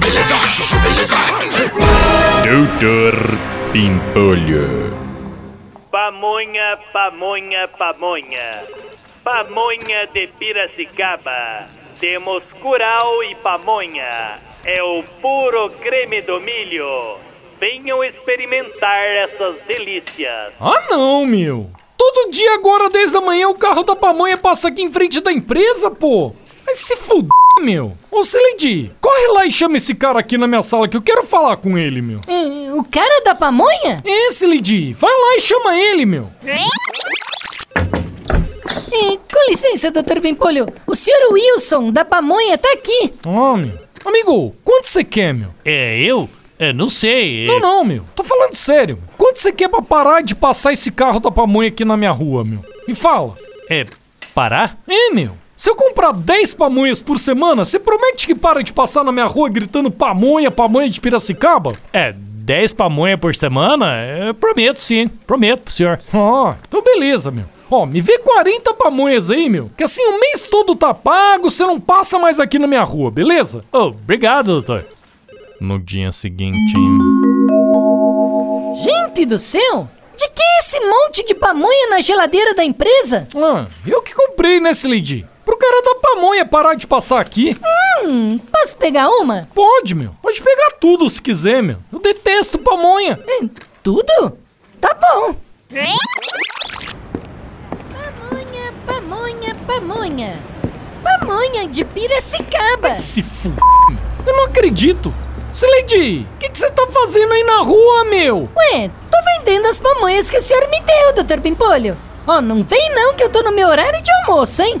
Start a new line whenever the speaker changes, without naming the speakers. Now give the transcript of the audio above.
Beleza, chuchu, beleza.
Doutor Pimpolho.
Pamonha, pamonha, pamonha. Pamonha de Piracicaba. Temos curau e pamonha. É o puro creme do milho. Venham experimentar essas delícias.
Ah não, meu! Todo dia agora, desde a manhã, o carro da pamonha passa aqui em frente da empresa, pô! Mas se fuder, meu! Ô, Cilendi, corre lá e chama esse cara aqui na minha sala que eu quero falar com ele, meu!
É, o cara da pamonha?
Ê, Cilendi, vai lá e chama ele, meu!
É, com licença, doutor Pimpolho. O senhor Wilson da pamonha tá aqui.
Ó, meu! Amigo, quanto você quer, meu?
É, eu? É, não sei.
Não, não, meu! Tô falando sério! meu. Quanto você quer pra parar de passar esse carro da pamonha aqui na minha rua, meu? Me fala!
É, parar?
É, meu. Se eu comprar 10 pamonhas por semana, você promete que para de passar na minha rua gritando pamonha, pamonha de Piracicaba?
É, 10 pamonha por semana? É, prometo sim, prometo pro senhor.
Ó, então beleza, meu. Ó, me vê 40 pamonhas aí, meu. Que assim o mês todo tá pago, você não passa mais aqui na minha rua, beleza? Ah.
Ô, obrigado, doutor. No dia seguinte.
Gente do céu! De que é esse monte de pamonha na geladeira da empresa?
Ah, eu que comprei, né, Lady? Pro cara da pamonha parar de passar aqui.
Hum, posso pegar uma?
Pode, meu. Pode pegar tudo se quiser, meu. Eu detesto pamonha.
É, tudo? Tá bom. Pamonha, pamonha, pamonha. Pamonha de Piracicaba.
Se f... meu. Eu não acredito. Lady, o que que você tá fazendo aí na rua, meu?
Ué, tô vendendo as pamonhas que o senhor me deu, doutor Pimpolho. Ó, não vem não que eu tô no meu horário de almoço, hein?